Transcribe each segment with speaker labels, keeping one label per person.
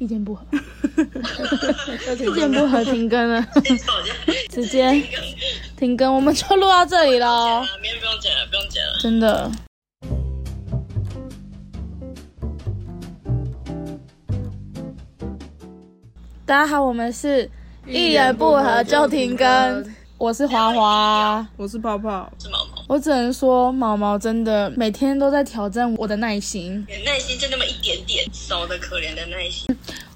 Speaker 1: 意见不合，意见不合停更了，
Speaker 2: 吵架，
Speaker 1: 直接
Speaker 2: 呃
Speaker 1: 停更，我们就录到这里喽。
Speaker 2: 明天不用剪了，不用剪了。
Speaker 1: 真的。大家好，我们是一言不合就停更，我是华华。
Speaker 3: 我是泡泡，
Speaker 2: 是毛毛，
Speaker 1: 我只能说，毛毛真的每天都在挑战我的耐心。
Speaker 2: 你的耐心就那么一点点，少的可怜的耐心。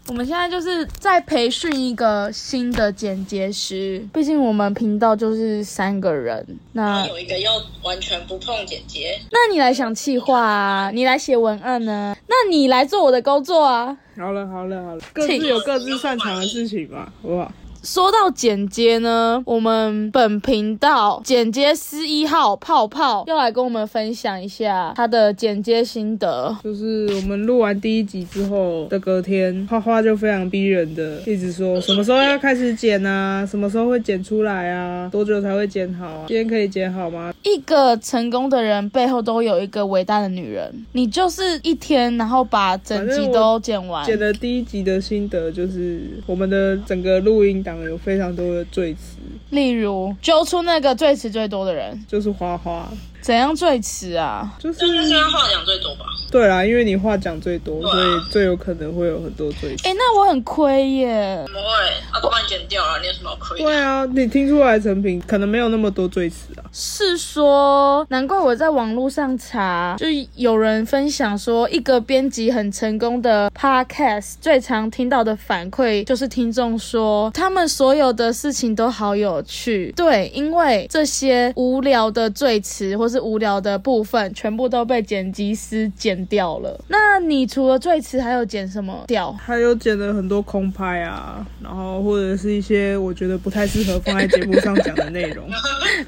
Speaker 1: 我们现在就是在培训一个新的剪接师，毕竟我们频道就是三个人。那
Speaker 2: 有一个又完全不碰剪接，
Speaker 1: 那你来想企划啊，你来写文案呢、那你来做我的工作啊。
Speaker 3: 好了好了好了，各自有各自擅长的事情嘛，好不好？
Speaker 1: 说到剪接呢，我们本频道剪接师一号泡泡要来跟我们分享一下他的剪接心得。
Speaker 3: 就是我们录完第一集之后的隔天，花花就非常逼人的一直说什么时候要开始剪啊，什么时候会剪出来啊，多久才会剪好啊？今天可以剪好吗？
Speaker 1: 一个成功的人背后都有一个伟大的女人，你就是一天，然后把整
Speaker 3: 反
Speaker 1: 集
Speaker 3: 正我
Speaker 1: 都剪完。
Speaker 3: 剪了第一集的心得就是，我们的整个录音档有非常多的赘词，
Speaker 1: 例如，揪出那个最迟最多的人，
Speaker 3: 就是花花，
Speaker 1: 怎样最迟啊？
Speaker 3: 就是
Speaker 2: 但是现在话讲最多吧？
Speaker 3: 对啦，因为你话讲最多，
Speaker 2: 对啊
Speaker 3: 所以最有可能会有很多赘词。
Speaker 1: 诶，那我很亏耶。
Speaker 2: 怎么会？啊，都帮你剪掉了，你有什么好亏
Speaker 3: 对
Speaker 2: 的？
Speaker 3: 啊，你听出来成品可能没有那么多赘词啊。
Speaker 1: 是说，难怪我在网络上查，就是有人分享说，一个编辑很成功的 podcast 最常听到的反馈就是听众说，他们所有的事情都好有趣。对，因为这些无聊的赘词或是无聊的部分，全部都被剪辑师剪掉了。那你除了赘词，还有剪什么掉？
Speaker 3: 还有剪了很多空拍啊，然后或者是一些我觉得不太适合放在节目上讲的内 容，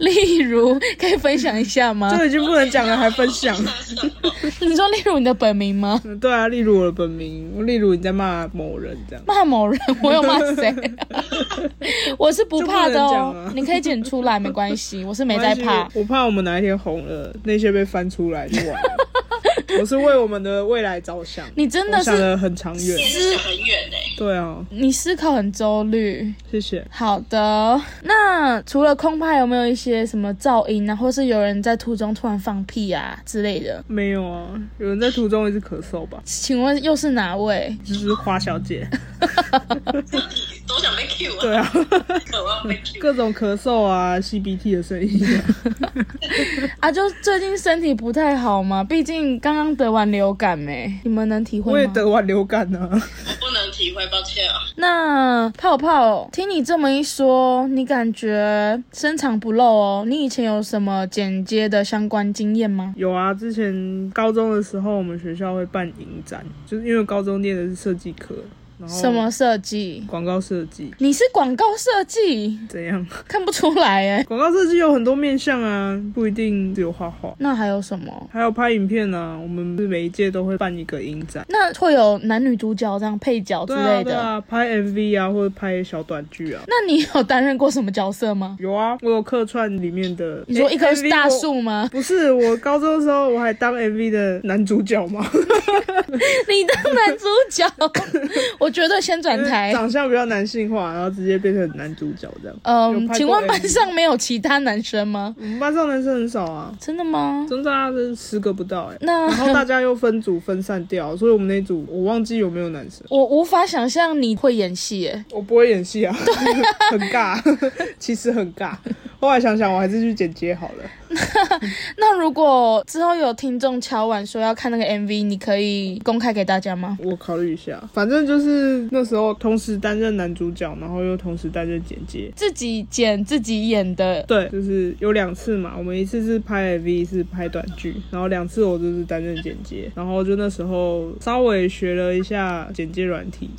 Speaker 1: 例如，可以分享一下吗？
Speaker 3: 这已经不能讲了，还分享。
Speaker 1: 你说，例如你的本名吗？
Speaker 3: 嗯对啊，例如我的本名，例如你在骂某人这样，
Speaker 1: 骂 某人，我有骂谁？我是不怕的
Speaker 3: 就不能讲
Speaker 1: 哦
Speaker 3: 啊，
Speaker 1: 你可以剪出来，没关系，我是没在
Speaker 3: 关
Speaker 1: 怕
Speaker 3: 系。我怕我们哪一天红了，那些被翻出来就完了。 我是为我们的未来着想，
Speaker 1: 你真的
Speaker 3: 我想
Speaker 1: 是，
Speaker 3: 的很长远
Speaker 2: 你。也是想很远呢、欸。
Speaker 3: 对啊，
Speaker 1: 你思考很周虑。
Speaker 3: 谢谢。
Speaker 1: 好的，那除了空拍，有没有一些什么噪音啊，或是有人在途中突然放屁啊之类的？
Speaker 3: 没有啊，有人在途中一直咳嗽吧？
Speaker 1: 请问又是哪位？
Speaker 3: 就是花小姐。
Speaker 2: 都想被 Q 啊，
Speaker 3: 对 啊，
Speaker 2: 渴望被 Q。
Speaker 3: 各种咳嗽啊，吸鼻涕的声音、啊。
Speaker 1: 啊，就最近身体不太好嘛，毕竟刚刚得完流感没、你们能体
Speaker 3: 我
Speaker 1: 会
Speaker 3: 也
Speaker 1: 吗？
Speaker 3: 得完流感呢、啊。
Speaker 2: 我不能体会，抱歉啊。
Speaker 1: 那泡泡，听你这么一说，你感觉深藏不露哦。你以前有什么剪接的相关经验吗？
Speaker 3: 有啊，之前高中的时候，我们学校会办影展，就是因为高中念的是设计科，然后
Speaker 1: 什么设计？
Speaker 3: 广告设计
Speaker 1: 你是广告设计，
Speaker 3: 怎样？
Speaker 1: 看不出来哎。
Speaker 3: 广告设计有很多面向啊，不一定只有画画，
Speaker 1: 那还有什么？
Speaker 3: 还有拍影片啊。我们是每一届都会办一个影展。
Speaker 1: 那会有男女主角这样配角之
Speaker 3: 对啊，
Speaker 1: 类
Speaker 3: 对
Speaker 1: 的？
Speaker 3: 啊，拍 MV 啊，或者拍小短剧啊，
Speaker 1: 那你有担任过什么角色吗？
Speaker 3: 有啊，我有客串里面的。
Speaker 1: 你说
Speaker 3: 诶
Speaker 1: 一棵
Speaker 3: MV
Speaker 1: 大
Speaker 3: 我
Speaker 1: 树 吗？
Speaker 3: 不是，我高中的时候我还当 MV 的男主角 嘛，
Speaker 1: 你当男主 角，我绝对先转台。
Speaker 3: 长相比较男性化，然后直接变成男主角这样。有
Speaker 1: 嗯，
Speaker 3: 拍过
Speaker 1: 请问班
Speaker 3: MV
Speaker 1: 上没有其他男生吗？
Speaker 3: 我们班上男生很少啊，
Speaker 1: 真的吗？
Speaker 3: 真的啊，这十个不到哎、
Speaker 1: 那
Speaker 3: 然后大家又分组分散掉，所以我们那组我忘记有没有男生。
Speaker 1: 我无法想象你会演戏耶。
Speaker 3: 我不会演戏啊，很尬， 其实很尬。后来想想，我还是去剪接好了。
Speaker 1: 那如果之后有听众敲碗说要看那个 MV，你可以公开给大家吗？
Speaker 3: 我考虑一下，反正就是那时候同时担任男主角，然后又同时担任剪接。
Speaker 1: 自己剪自己演的，
Speaker 3: 对，就是有两次嘛，我们一次是拍 MV，一次是拍短剧，然后两次我就是担任剪接，然后就那时候稍微学了一下剪接软体，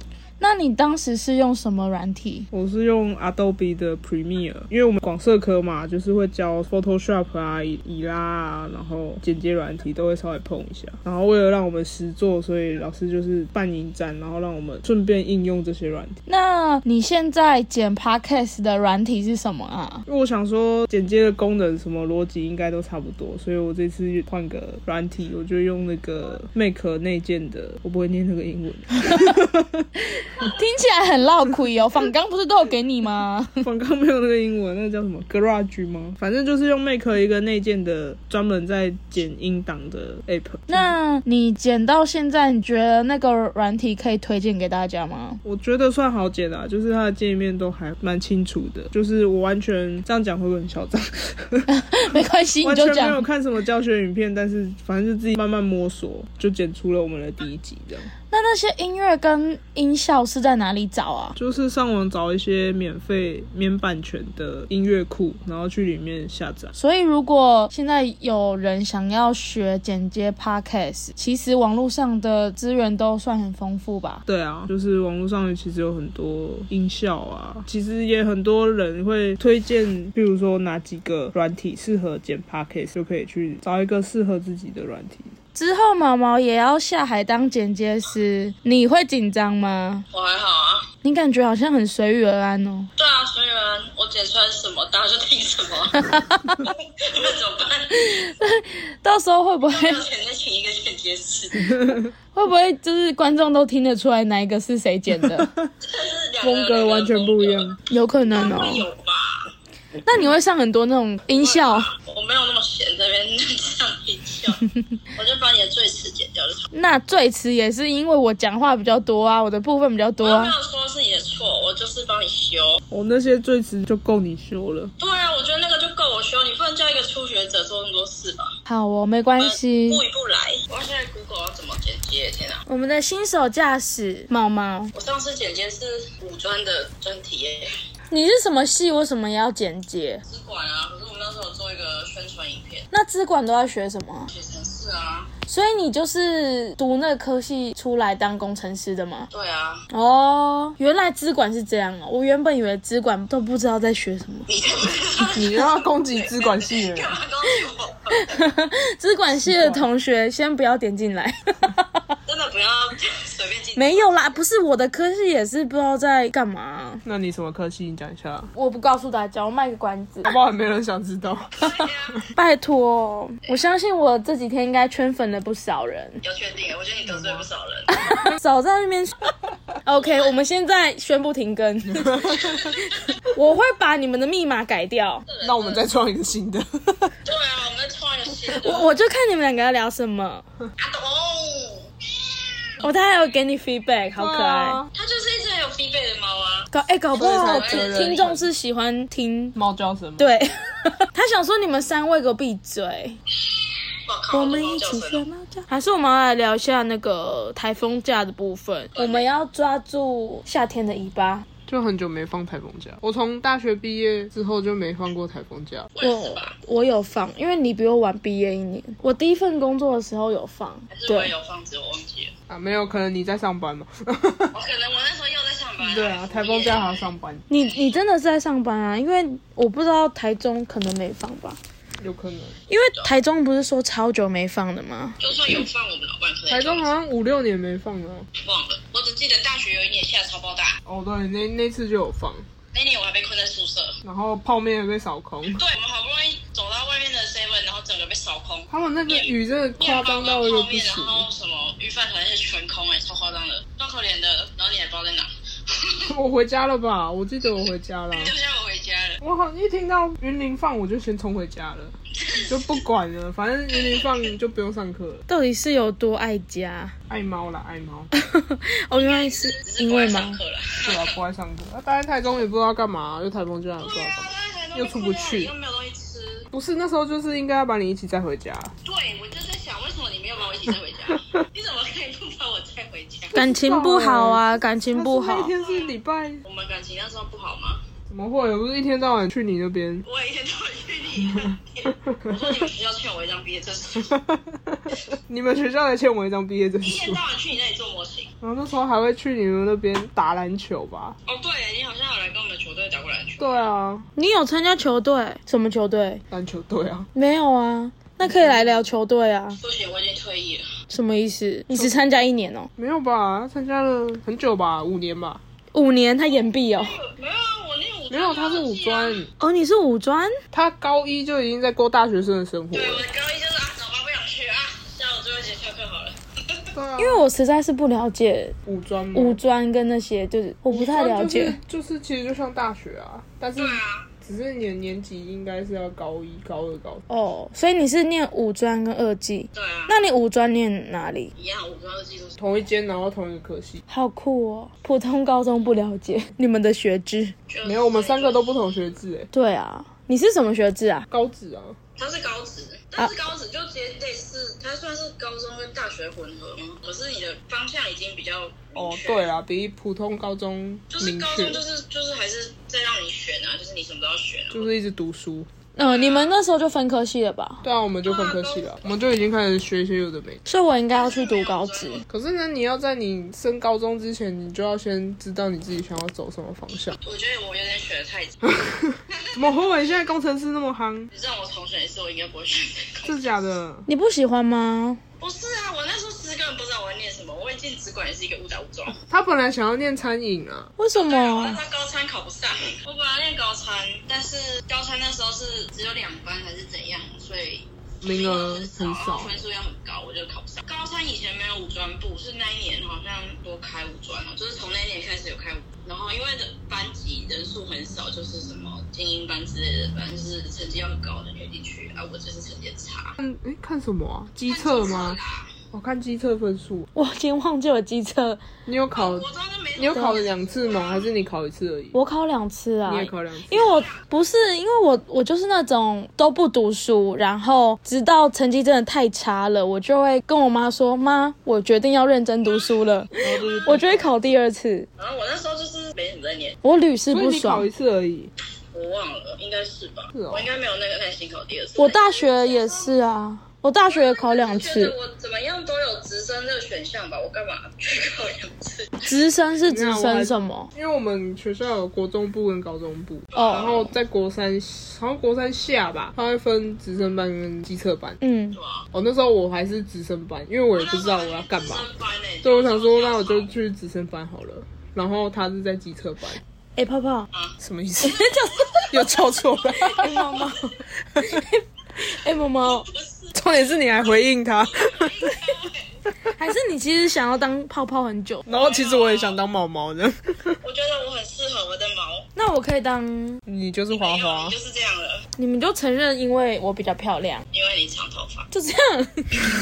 Speaker 1: 那你当时是用什么软体？
Speaker 3: 我是用 Adobe 的 Premiere，因为我们广社科嘛，就是会教 Photoshop 啊、以以拉啊，然后剪接软体都会稍微碰一下。然后为了让我们实做，所以老师就是办影展，然后让我们顺便应用这些软体。
Speaker 1: 那你现在剪 podcast 的软体是什么啊？
Speaker 3: 因为我想说剪接的功能什么逻辑应该都差不多，所以我这次换个软体，我就用那个 Make 内建的，我不会念那个英文。
Speaker 1: 听起来很绕亏哦，仿刚不是都有给你吗？
Speaker 3: 仿刚没有那个英文，那个叫什么 Garage 吗？反正就是用 Make 一个内建的专门在剪音档的 App。
Speaker 1: 那你剪到现在，你觉得那个软体可以推荐给大家吗？
Speaker 3: 我觉得算好剪啊，就是它的界面都还蛮清楚的，就是我完全这样讲会不会很嚣张？
Speaker 1: 没关系， 你
Speaker 3: 完
Speaker 1: 就
Speaker 3: 全没有
Speaker 1: 讲。
Speaker 3: 看什么教学影片，但是反正就自己慢慢摸索，就剪出了我们的第一集这样。
Speaker 1: 那那些音乐跟音效是在哪里找啊？
Speaker 3: 就是上网找一些免费、免版权的音乐库，然后去里面下载。
Speaker 1: 所以，如果现在有人想要学剪接 podcast，其实网络上的资源都算很丰富吧。
Speaker 3: 对啊，就是网络上其实有很多音效啊，其实也很多人会推荐，譬如说哪几个软体适合剪 podcast，就可以去找一个适合自己的软体。
Speaker 1: 之后毛毛也要下海当剪接师，你会紧张吗？
Speaker 2: 我还好啊。
Speaker 1: 你感觉好像很随遇而安哦。
Speaker 2: 对啊，所以啊，我姐穿什么，大家就听什么。那怎么办？
Speaker 1: 到时候会不会
Speaker 2: 没有钱再请一个剪接师，
Speaker 1: 会不会就是观众都听得出来哪一个是谁剪的？
Speaker 2: 但是两个
Speaker 3: 风格完全不一 样。嗯
Speaker 1: 有可能哦。
Speaker 2: 会有吧？
Speaker 1: 那你会上很多那种音效？
Speaker 2: 我没有那么闲在那边这样听 笑，我就把你的最迟剪掉就好。
Speaker 1: 那最迟也是因为我讲话比较多啊，我的部分比较多
Speaker 2: 我没
Speaker 1: 啊。
Speaker 2: 有说是你的错，我就是帮你修。
Speaker 3: 我、哦那些最迟就够你修了。
Speaker 2: 对啊，我觉得那个就够我修，你不能叫一个初学者做那么多事吧？
Speaker 1: 好哦，没关系。
Speaker 2: 一步一步来。我要现在 Google 要怎么剪接？天啊！
Speaker 1: 我们的新手驾驶毛毛，
Speaker 2: 我上次剪接是五专的专题耶，
Speaker 1: 你是什么系？为什么要剪接？
Speaker 2: 资管啊。可是我们那时候有做一个宣传影片，
Speaker 1: 那资管都要学什么？
Speaker 2: 写程式啊。
Speaker 1: 所以你就是读那科系出来当工程师的吗？
Speaker 2: 对啊，
Speaker 1: 哦，原来资管是这样哦。我原本以为资管都不知道在学什么。
Speaker 2: 你干嘛
Speaker 4: 你又要攻击资管系 人？
Speaker 2: 干嘛攻击我？
Speaker 1: 资管系的同学先不要点进来。
Speaker 2: 真的不要随便进。
Speaker 1: 没有啦，不是我的科系也是不知道在干嘛、
Speaker 4: 那你什么科系？你讲一下，
Speaker 1: 我不告诉大家，我卖个关子。
Speaker 4: 好不好？没人想知 道。
Speaker 2: 对啊
Speaker 1: 拜托，我相信我这几天应该圈粉了不少人。
Speaker 2: 有确定耶？我觉得你得罪不少人。
Speaker 1: 少在那边。OK，我们现在宣布停更。 我会把你们的密码改掉。
Speaker 4: 那我们再创一个新 的。
Speaker 2: 对啊，我们在创一个新的。
Speaker 1: 我我就看你们两个要聊什么。
Speaker 2: 阿董，哦
Speaker 1: 我他还有给你 feedback，好可爱。
Speaker 4: 啊
Speaker 2: 它就是一只很有 feedback 的猫啊。
Speaker 1: 搞哎、搞不好
Speaker 2: 对
Speaker 1: 听
Speaker 2: 对对
Speaker 1: 听众是喜欢听。
Speaker 4: 猫叫声吗？
Speaker 1: 对， 他想说你们三位给我闭嘴。
Speaker 2: 我靠，
Speaker 1: 我
Speaker 2: 这
Speaker 1: 们
Speaker 2: 猫
Speaker 1: 一
Speaker 2: 叫
Speaker 1: 起
Speaker 2: 声
Speaker 1: 学猫叫。还是我们要来聊一下那个台风假的部分。我们要抓住夏天的尾巴。
Speaker 4: 就很久没放台风假。我从大学毕业之后就没放过台风假。
Speaker 2: 我也是
Speaker 1: 我
Speaker 2: 吧？
Speaker 1: 我有放，因为你比我晚毕业一年。我第一份工作的时候有放
Speaker 2: 还，是我
Speaker 1: 对，
Speaker 2: 有放置，我忘记了。
Speaker 4: 啊，没有，可能你在上班嘛。
Speaker 2: 我可能我那时候又在上班。
Speaker 4: 对啊，台风假还要上班，
Speaker 1: 你你真的是在上班啊？因为我不知道台中可能没放吧，
Speaker 4: 有可能。
Speaker 1: 因为台中不是说超久没放的吗？
Speaker 2: 就算有放，我们老板可能也
Speaker 4: 台中好像五六年没放了。
Speaker 2: 忘了。我只记得大学有一年下超爆大，
Speaker 4: 哦，对，那那次就有放，
Speaker 2: 那年我还被困在宿舍。
Speaker 4: 然后泡面也被扫空。
Speaker 2: 对，我们好不容易走到外面的 seven，然后整个被扫空。
Speaker 4: 他们那个雨真的夸
Speaker 2: 面包
Speaker 4: 张
Speaker 2: 跟
Speaker 4: 到一个
Speaker 2: 泡
Speaker 4: 不
Speaker 2: 面，然
Speaker 4: 行。
Speaker 2: 后什么预饭团那些全空哎、超夸张的，超可怜的。然后你还不知道在哪，
Speaker 4: 我回家了吧？我记得我回家了。
Speaker 2: 就像我回家了。
Speaker 4: 我好一听到云林放，我就先冲回家了，就不管了，反正云林放就不用上课了。
Speaker 1: 到底是有多爱家？
Speaker 4: 爱猫啦，爱猫，
Speaker 1: 哦，原来是
Speaker 2: 只是
Speaker 1: 因
Speaker 2: 不
Speaker 1: 为
Speaker 2: 会上
Speaker 1: 吗？
Speaker 2: 课了。
Speaker 4: 对啊，不爱上课。啊，待在台中也不知道干嘛，就台风假也不知道
Speaker 2: 对
Speaker 4: 干
Speaker 2: 啊
Speaker 4: 嘛。，
Speaker 2: 那台中
Speaker 4: 又出不去
Speaker 2: 又没有东西吃。
Speaker 4: 不是那时候就是应该要把你一起载回家，
Speaker 2: 对，我就在想，为什么你没有把我一起带回家？你怎么可以不把我带回家？
Speaker 1: 感情不好啊，感情不
Speaker 4: 但是
Speaker 1: 好
Speaker 4: 那。天是礼拜，
Speaker 2: 我们感情那时候不好吗？
Speaker 3: 怎么会？我不是一天到晚去你那边，
Speaker 2: 我以前都会去你那边，我说你们学校欠我一张毕业证书，
Speaker 3: 你们学校还欠我一张毕业证
Speaker 2: 一
Speaker 3: 书
Speaker 2: 天，到晚去你那里做模型。
Speaker 3: 然后那时候还会去你们那边打篮球吧？
Speaker 2: 哦，对，你好像有来跟我们球队打过篮球。
Speaker 3: 对啊，
Speaker 1: 你有参加球队？什么球队？
Speaker 3: 篮球队啊，
Speaker 1: 没有啊。那可以来聊球队啊？
Speaker 2: 不行，我已经退役了。
Speaker 1: 什么意思？你只参加一年哦、
Speaker 3: 没有吧？参加了很久吧，五年吧？
Speaker 1: 五年？他延毕哦、
Speaker 2: 没有啊，我那五
Speaker 3: 没有，他是五啊专，
Speaker 1: 哦，你是五专？
Speaker 3: 他高一就已经在过大学生的生活
Speaker 2: 对，我
Speaker 3: 了。
Speaker 2: 的高一就是啊，早八不想去啊，下午最后一节下课好了。
Speaker 3: 对啊
Speaker 1: 因，为我实在是不了解
Speaker 3: 五专嘛
Speaker 1: 五专跟那些，就是我不太了解。
Speaker 3: 就是，就是其实就像大学啊，但是
Speaker 2: 对啊，
Speaker 3: 只是你的年级应该是要高一、高二、高三。
Speaker 1: 哦，所以你是念五专跟二技？
Speaker 2: 对啊，
Speaker 1: 那你五专念哪里？
Speaker 2: 一样，五专二技都是。
Speaker 3: 同一间，然后同一个科系，
Speaker 1: 好酷哦！普通高中不了解你们的学制。
Speaker 2: 就是
Speaker 3: 没有，我们三个都不同学制诶、欸
Speaker 1: 对啊，你是什么学制啊？
Speaker 3: 高职啊，
Speaker 2: 他是高职，欸但是高职就直接类似，他算是高中跟大学混合吗？可是你的方向已经比较
Speaker 3: 哦
Speaker 2: 明，确
Speaker 3: 对，啊，比普通高中
Speaker 2: 就是
Speaker 3: 明
Speaker 2: 高
Speaker 3: 确
Speaker 2: 中，就是就是还是在让你选啊，就是你什么都要选啊。
Speaker 3: 就是一直读书。
Speaker 1: 嗯、你们那时候就分科系了吧？
Speaker 3: 对啊，我们就分科系了，我们就已经开始学一些有的没的。
Speaker 1: 所以我应该要去读高职。
Speaker 3: 可是呢，你要在你升高中之前，你就要先知道你自己想要走什么方向。
Speaker 2: 我觉得我有点选的太早，
Speaker 3: 怎么会？现在工程师那么夯，
Speaker 2: 你让我重选一次，我应该不会选这个。
Speaker 3: 是假的？
Speaker 1: 你不喜欢吗？
Speaker 2: 不是啊，我那时候其实根本不知道我要念什么，我也进职管也是一个误打误撞。
Speaker 3: 他本来想要念餐饮啊，
Speaker 1: 为什
Speaker 2: 我那
Speaker 1: 么？
Speaker 2: 时候高三考不上，我本来念高三，但是高三那时候是只有两班还是怎样，所以
Speaker 3: 名额很
Speaker 2: 然后
Speaker 3: 少。
Speaker 2: 分数要很高，我就考不上。高三以前没有五专部，是那一年好像多开五专哦，就是从那一年开始有开五。然后因为的班级人数很少，就是什么精英班之类的，反正就是成绩要很高的可以进去啊。我就是成绩很差，
Speaker 3: 看，哎，看什么啊？机测吗？我看机测分数。
Speaker 1: 我已经忘记我机测，
Speaker 3: 你有考？
Speaker 2: 我真的没。
Speaker 3: 你有考了两次吗？还是你考一次而已？
Speaker 1: 我考两次啊
Speaker 3: 你。也考两次
Speaker 1: 因？为我不是因为我我就是那种都不读书，然后直到成绩真的太差了，我就会跟我妈说：“妈，我决定要认真读书了。”我就会考第二次。
Speaker 2: 然后我那时候就是没怎么在念，
Speaker 1: 我屡试
Speaker 3: 所以
Speaker 1: 不
Speaker 3: 你考
Speaker 1: 爽
Speaker 3: 一。次而已。
Speaker 2: 我忘了，应该是吧？
Speaker 3: 是哦
Speaker 2: 我应该没有那个耐心考第二次。
Speaker 1: 我大学也是啊，我大学也考两
Speaker 2: 觉得
Speaker 1: 次。
Speaker 2: 我怎么样都有直升这个选项吧，我干嘛去考两次？
Speaker 1: 直升是直升什么？
Speaker 3: 因为我们学校有国中部跟高中部，然
Speaker 1: 哦，
Speaker 3: 后在国三，好像国三下吧，它会分直升班跟机测班。
Speaker 1: 嗯，
Speaker 3: 哦，那时候我还是直升班，因为我也不知道我要干嘛
Speaker 2: 直，升班欸
Speaker 3: 所以我想说，那我就去直升班好了。然后他是在机测班，
Speaker 1: 哎，泡泡，
Speaker 3: 什么意思？
Speaker 1: 叫
Speaker 3: 又叫错了。
Speaker 1: 哎毛毛， 哎毛毛，
Speaker 3: 重点是你还回应他，
Speaker 1: 还是你其实想要当泡泡很久？
Speaker 3: 然后其实我也想当毛毛
Speaker 2: 我
Speaker 3: 的，
Speaker 2: 觉得我很适合我的毛，
Speaker 1: 那我可以当，
Speaker 3: 你就是花
Speaker 2: 没有
Speaker 3: 花
Speaker 2: 你就。是这样了，
Speaker 1: 你们就承认，因为我比较漂亮。
Speaker 2: 因为你长头发。
Speaker 1: 就这样，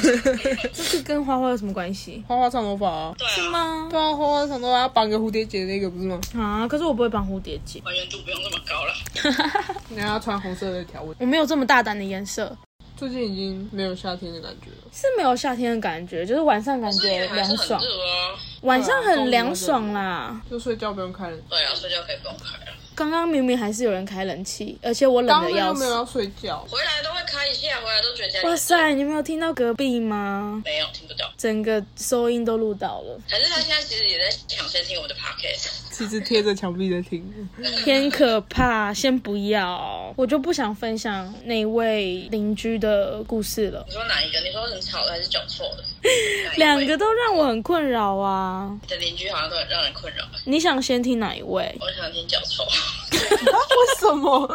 Speaker 1: 这是跟花花有什么关系？
Speaker 3: 花花长头发啊，
Speaker 2: 对啊，
Speaker 1: 是？吗？
Speaker 3: 对啊，花花长头发要绑个蝴蝶结那个不是吗？
Speaker 1: 啊，可是我不会绑蝴蝶结，
Speaker 2: 还原度不用这么高了。
Speaker 3: 你还要穿红色的条纹。
Speaker 1: 我没有这么大胆的颜色，
Speaker 3: 最近已经没有夏天的感觉了，
Speaker 1: 是没有夏天的感觉，就是晚上感觉
Speaker 2: 还是
Speaker 1: 凉爽
Speaker 2: 很，热啊。
Speaker 1: 晚上很凉爽啦。
Speaker 3: 就睡觉不用开冷气。
Speaker 2: 对啊，睡觉可以不用开了，
Speaker 1: 刚刚明明还是有人开冷气，而且我冷
Speaker 3: 刚
Speaker 1: 的
Speaker 3: 刚
Speaker 1: 要
Speaker 3: 又没有
Speaker 1: 死。
Speaker 3: 要睡觉，
Speaker 2: 回来都会开一下，回来都觉得家里
Speaker 1: 哇塞，你没有听到隔壁吗？
Speaker 2: 没有听不到。
Speaker 1: 整个收音都录到了，
Speaker 2: 还是他现在其实也在抢先听我的 podcast，
Speaker 3: 其实贴着墙壁在听。
Speaker 1: 偏可怕。先不要，我就不想分享那位邻居的故事了。
Speaker 2: 你说哪一个？你说很吵的还是讲错的？哪一位
Speaker 1: 两个都让我很困扰啊！
Speaker 2: 你的邻居好像都很让人困扰。
Speaker 1: 你想先听哪一位？
Speaker 2: 我想听脚 臭，
Speaker 3: 为什么？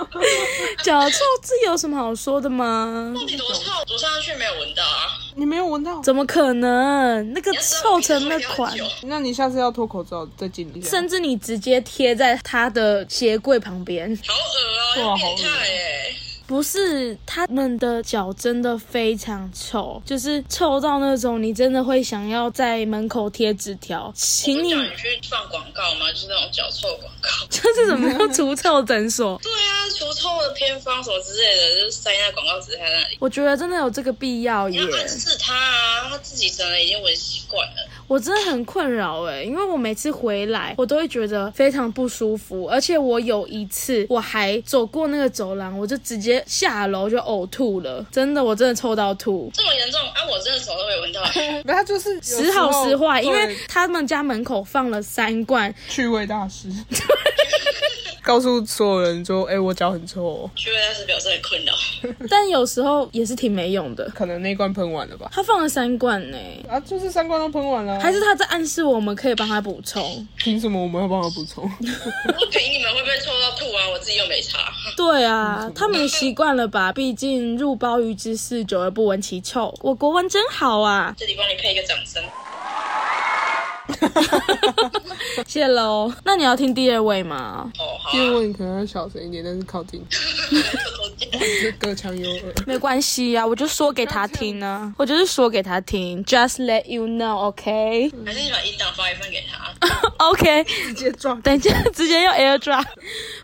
Speaker 1: 脚臭这有什么好说的吗？
Speaker 2: 到底多臭？我上次去没有闻到啊，
Speaker 3: 你没有闻到？
Speaker 1: 怎么可能？那个
Speaker 2: 你要知道
Speaker 1: 臭成那
Speaker 2: 我
Speaker 1: 款
Speaker 2: 鼻，子会很久
Speaker 3: 那你下次要脱口罩再进一下。
Speaker 1: 甚至你直接贴在他的鞋柜旁边。
Speaker 2: 好恶啊，
Speaker 3: 哇
Speaker 2: 有
Speaker 3: 好
Speaker 2: 变
Speaker 3: 恶
Speaker 2: 态哎！
Speaker 1: 不是，他们的脚真的非常臭，就是臭到那种你真的会想要在门口贴纸条，请
Speaker 2: 我
Speaker 1: 你
Speaker 2: 叫你去放广告吗？就是那种脚臭广告。
Speaker 1: 就是怎么样除臭诊 所。
Speaker 2: 对啊，除臭的偏方什么之类的，就是塞那广告纸在那里。
Speaker 1: 我觉得真的有这个必要
Speaker 2: 你
Speaker 1: 耶
Speaker 2: 要。暗示他啊，他自己可能已经闻习惯了。
Speaker 1: 我真的很困扰哎、因为我每次回来，我都会觉得非常不舒服，而且我有一次我还走过那个走廊，我就直接下楼就呕吐了，真的，我真的臭到吐。
Speaker 2: 这么严重啊！我真的什么都没闻 到，
Speaker 3: 没有，他就是有
Speaker 1: 时好时坏，
Speaker 3: 候
Speaker 1: 因为
Speaker 3: 对
Speaker 1: 他们家门口放了三罐，
Speaker 3: 趣味大师， 告诉所有人说，哎、我脚很臭哦、
Speaker 2: 趣味大师表示很困扰。
Speaker 1: 但有时候也是挺没用的。
Speaker 3: 可能那一罐喷完了吧？
Speaker 1: 他放了三罐呢、
Speaker 3: 啊，就是三罐都喷完了啊，
Speaker 1: 还是他在暗示我们可以帮他补充？
Speaker 3: 凭什么我们要帮他补 充？
Speaker 2: 不凭你们会不会臭到吐啊？我自己又没查。
Speaker 1: 对啊，他们习惯了吧？毕竟入鲍鱼之肆，久而不闻其臭。我国文真好啊，
Speaker 2: 这里帮你配一个掌 声。
Speaker 1: 谢喽。那你要听第二位吗？
Speaker 2: 哦，好
Speaker 3: 第二
Speaker 2: 啊，
Speaker 3: 问可能要小声一点，但是靠 近，就隔墙有耳。
Speaker 1: 没关系啊，我就说给他听啊，我就是说给他听，just let you know，OK？OK？、
Speaker 2: 还是你把音档发一份给他。
Speaker 3: 直接撞
Speaker 1: 等一下，直接用 AirDrop。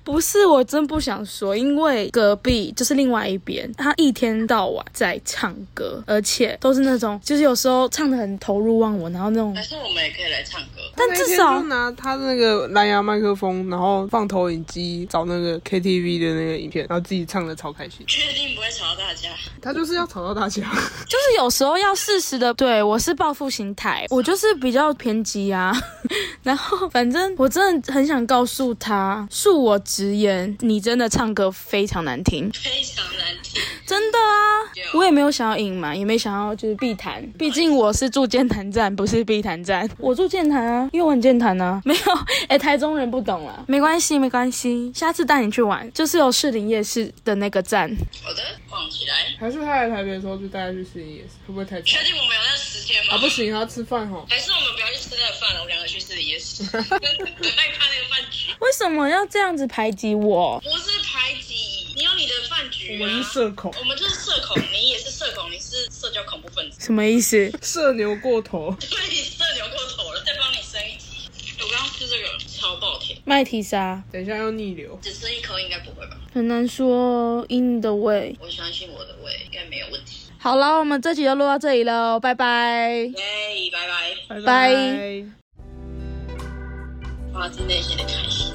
Speaker 1: 不是，我真不想说，因为隔壁就是另外一边，他一天到晚在唱歌，而且都是那种，就是有时候唱的很投入忘我，然后那种
Speaker 2: 还，是我们也可以来唱歌。
Speaker 1: 但
Speaker 3: 那
Speaker 1: 至
Speaker 3: 天
Speaker 1: 少
Speaker 3: 就拿他那个蓝牙麦克风，然后放投影机，找那个 KTV 的那个影片，然后自己唱的超开心。
Speaker 2: 确定不会吵到大家？
Speaker 3: 他就是要吵到大 家，
Speaker 1: 就是有时候要适时的，对我是报复心态，我就是比较偏激啊。 然后反正我真的很想告诉他，恕我直言，你真的唱歌非常难听，
Speaker 2: 非常难听。
Speaker 1: 真的啊。我也没有想要隐瞒，也没想要就是避谈，毕竟我是住剑潭 站，不是避谈站。我住剑潭啊，因为我很剑潭啊。没有， 哎、台中人不懂啊啦，没关系，没关系，下次带你去玩，就是有士林夜市的那个站。
Speaker 2: 好的，放起来。
Speaker 3: 还是他来台北的时候就带他去吃夜市，会不会太吵
Speaker 2: 确？定我们有那个时间吗？
Speaker 3: 啊，不行，他要吃饭吼。
Speaker 2: 还是我们不要去吃那个饭了，我们两个去吃的夜 市。很害怕那个饭局，
Speaker 1: 为什么要这样子排挤我？
Speaker 2: 不是排挤，你有你的饭
Speaker 3: 我
Speaker 2: 局啊。
Speaker 3: 们是社恐，
Speaker 2: 我们就是社恐，你也是社恐，你是社交恐怖分子，
Speaker 1: 什么意思？
Speaker 3: 社牛过头。
Speaker 2: 对你社牛过头了，再帮你升一级。我刚刚吃这个超爆甜，
Speaker 1: 麦提莎
Speaker 3: 等一下要逆流，
Speaker 2: 只吃一口应该不会吧？
Speaker 1: 很难说，in the way。
Speaker 2: 我相信我的胃应该没有问题。
Speaker 1: 好了，我们这集就录到这里喽，拜拜。
Speaker 2: 耶，拜拜，
Speaker 3: 拜
Speaker 1: 拜
Speaker 2: 哇，真的写的开心。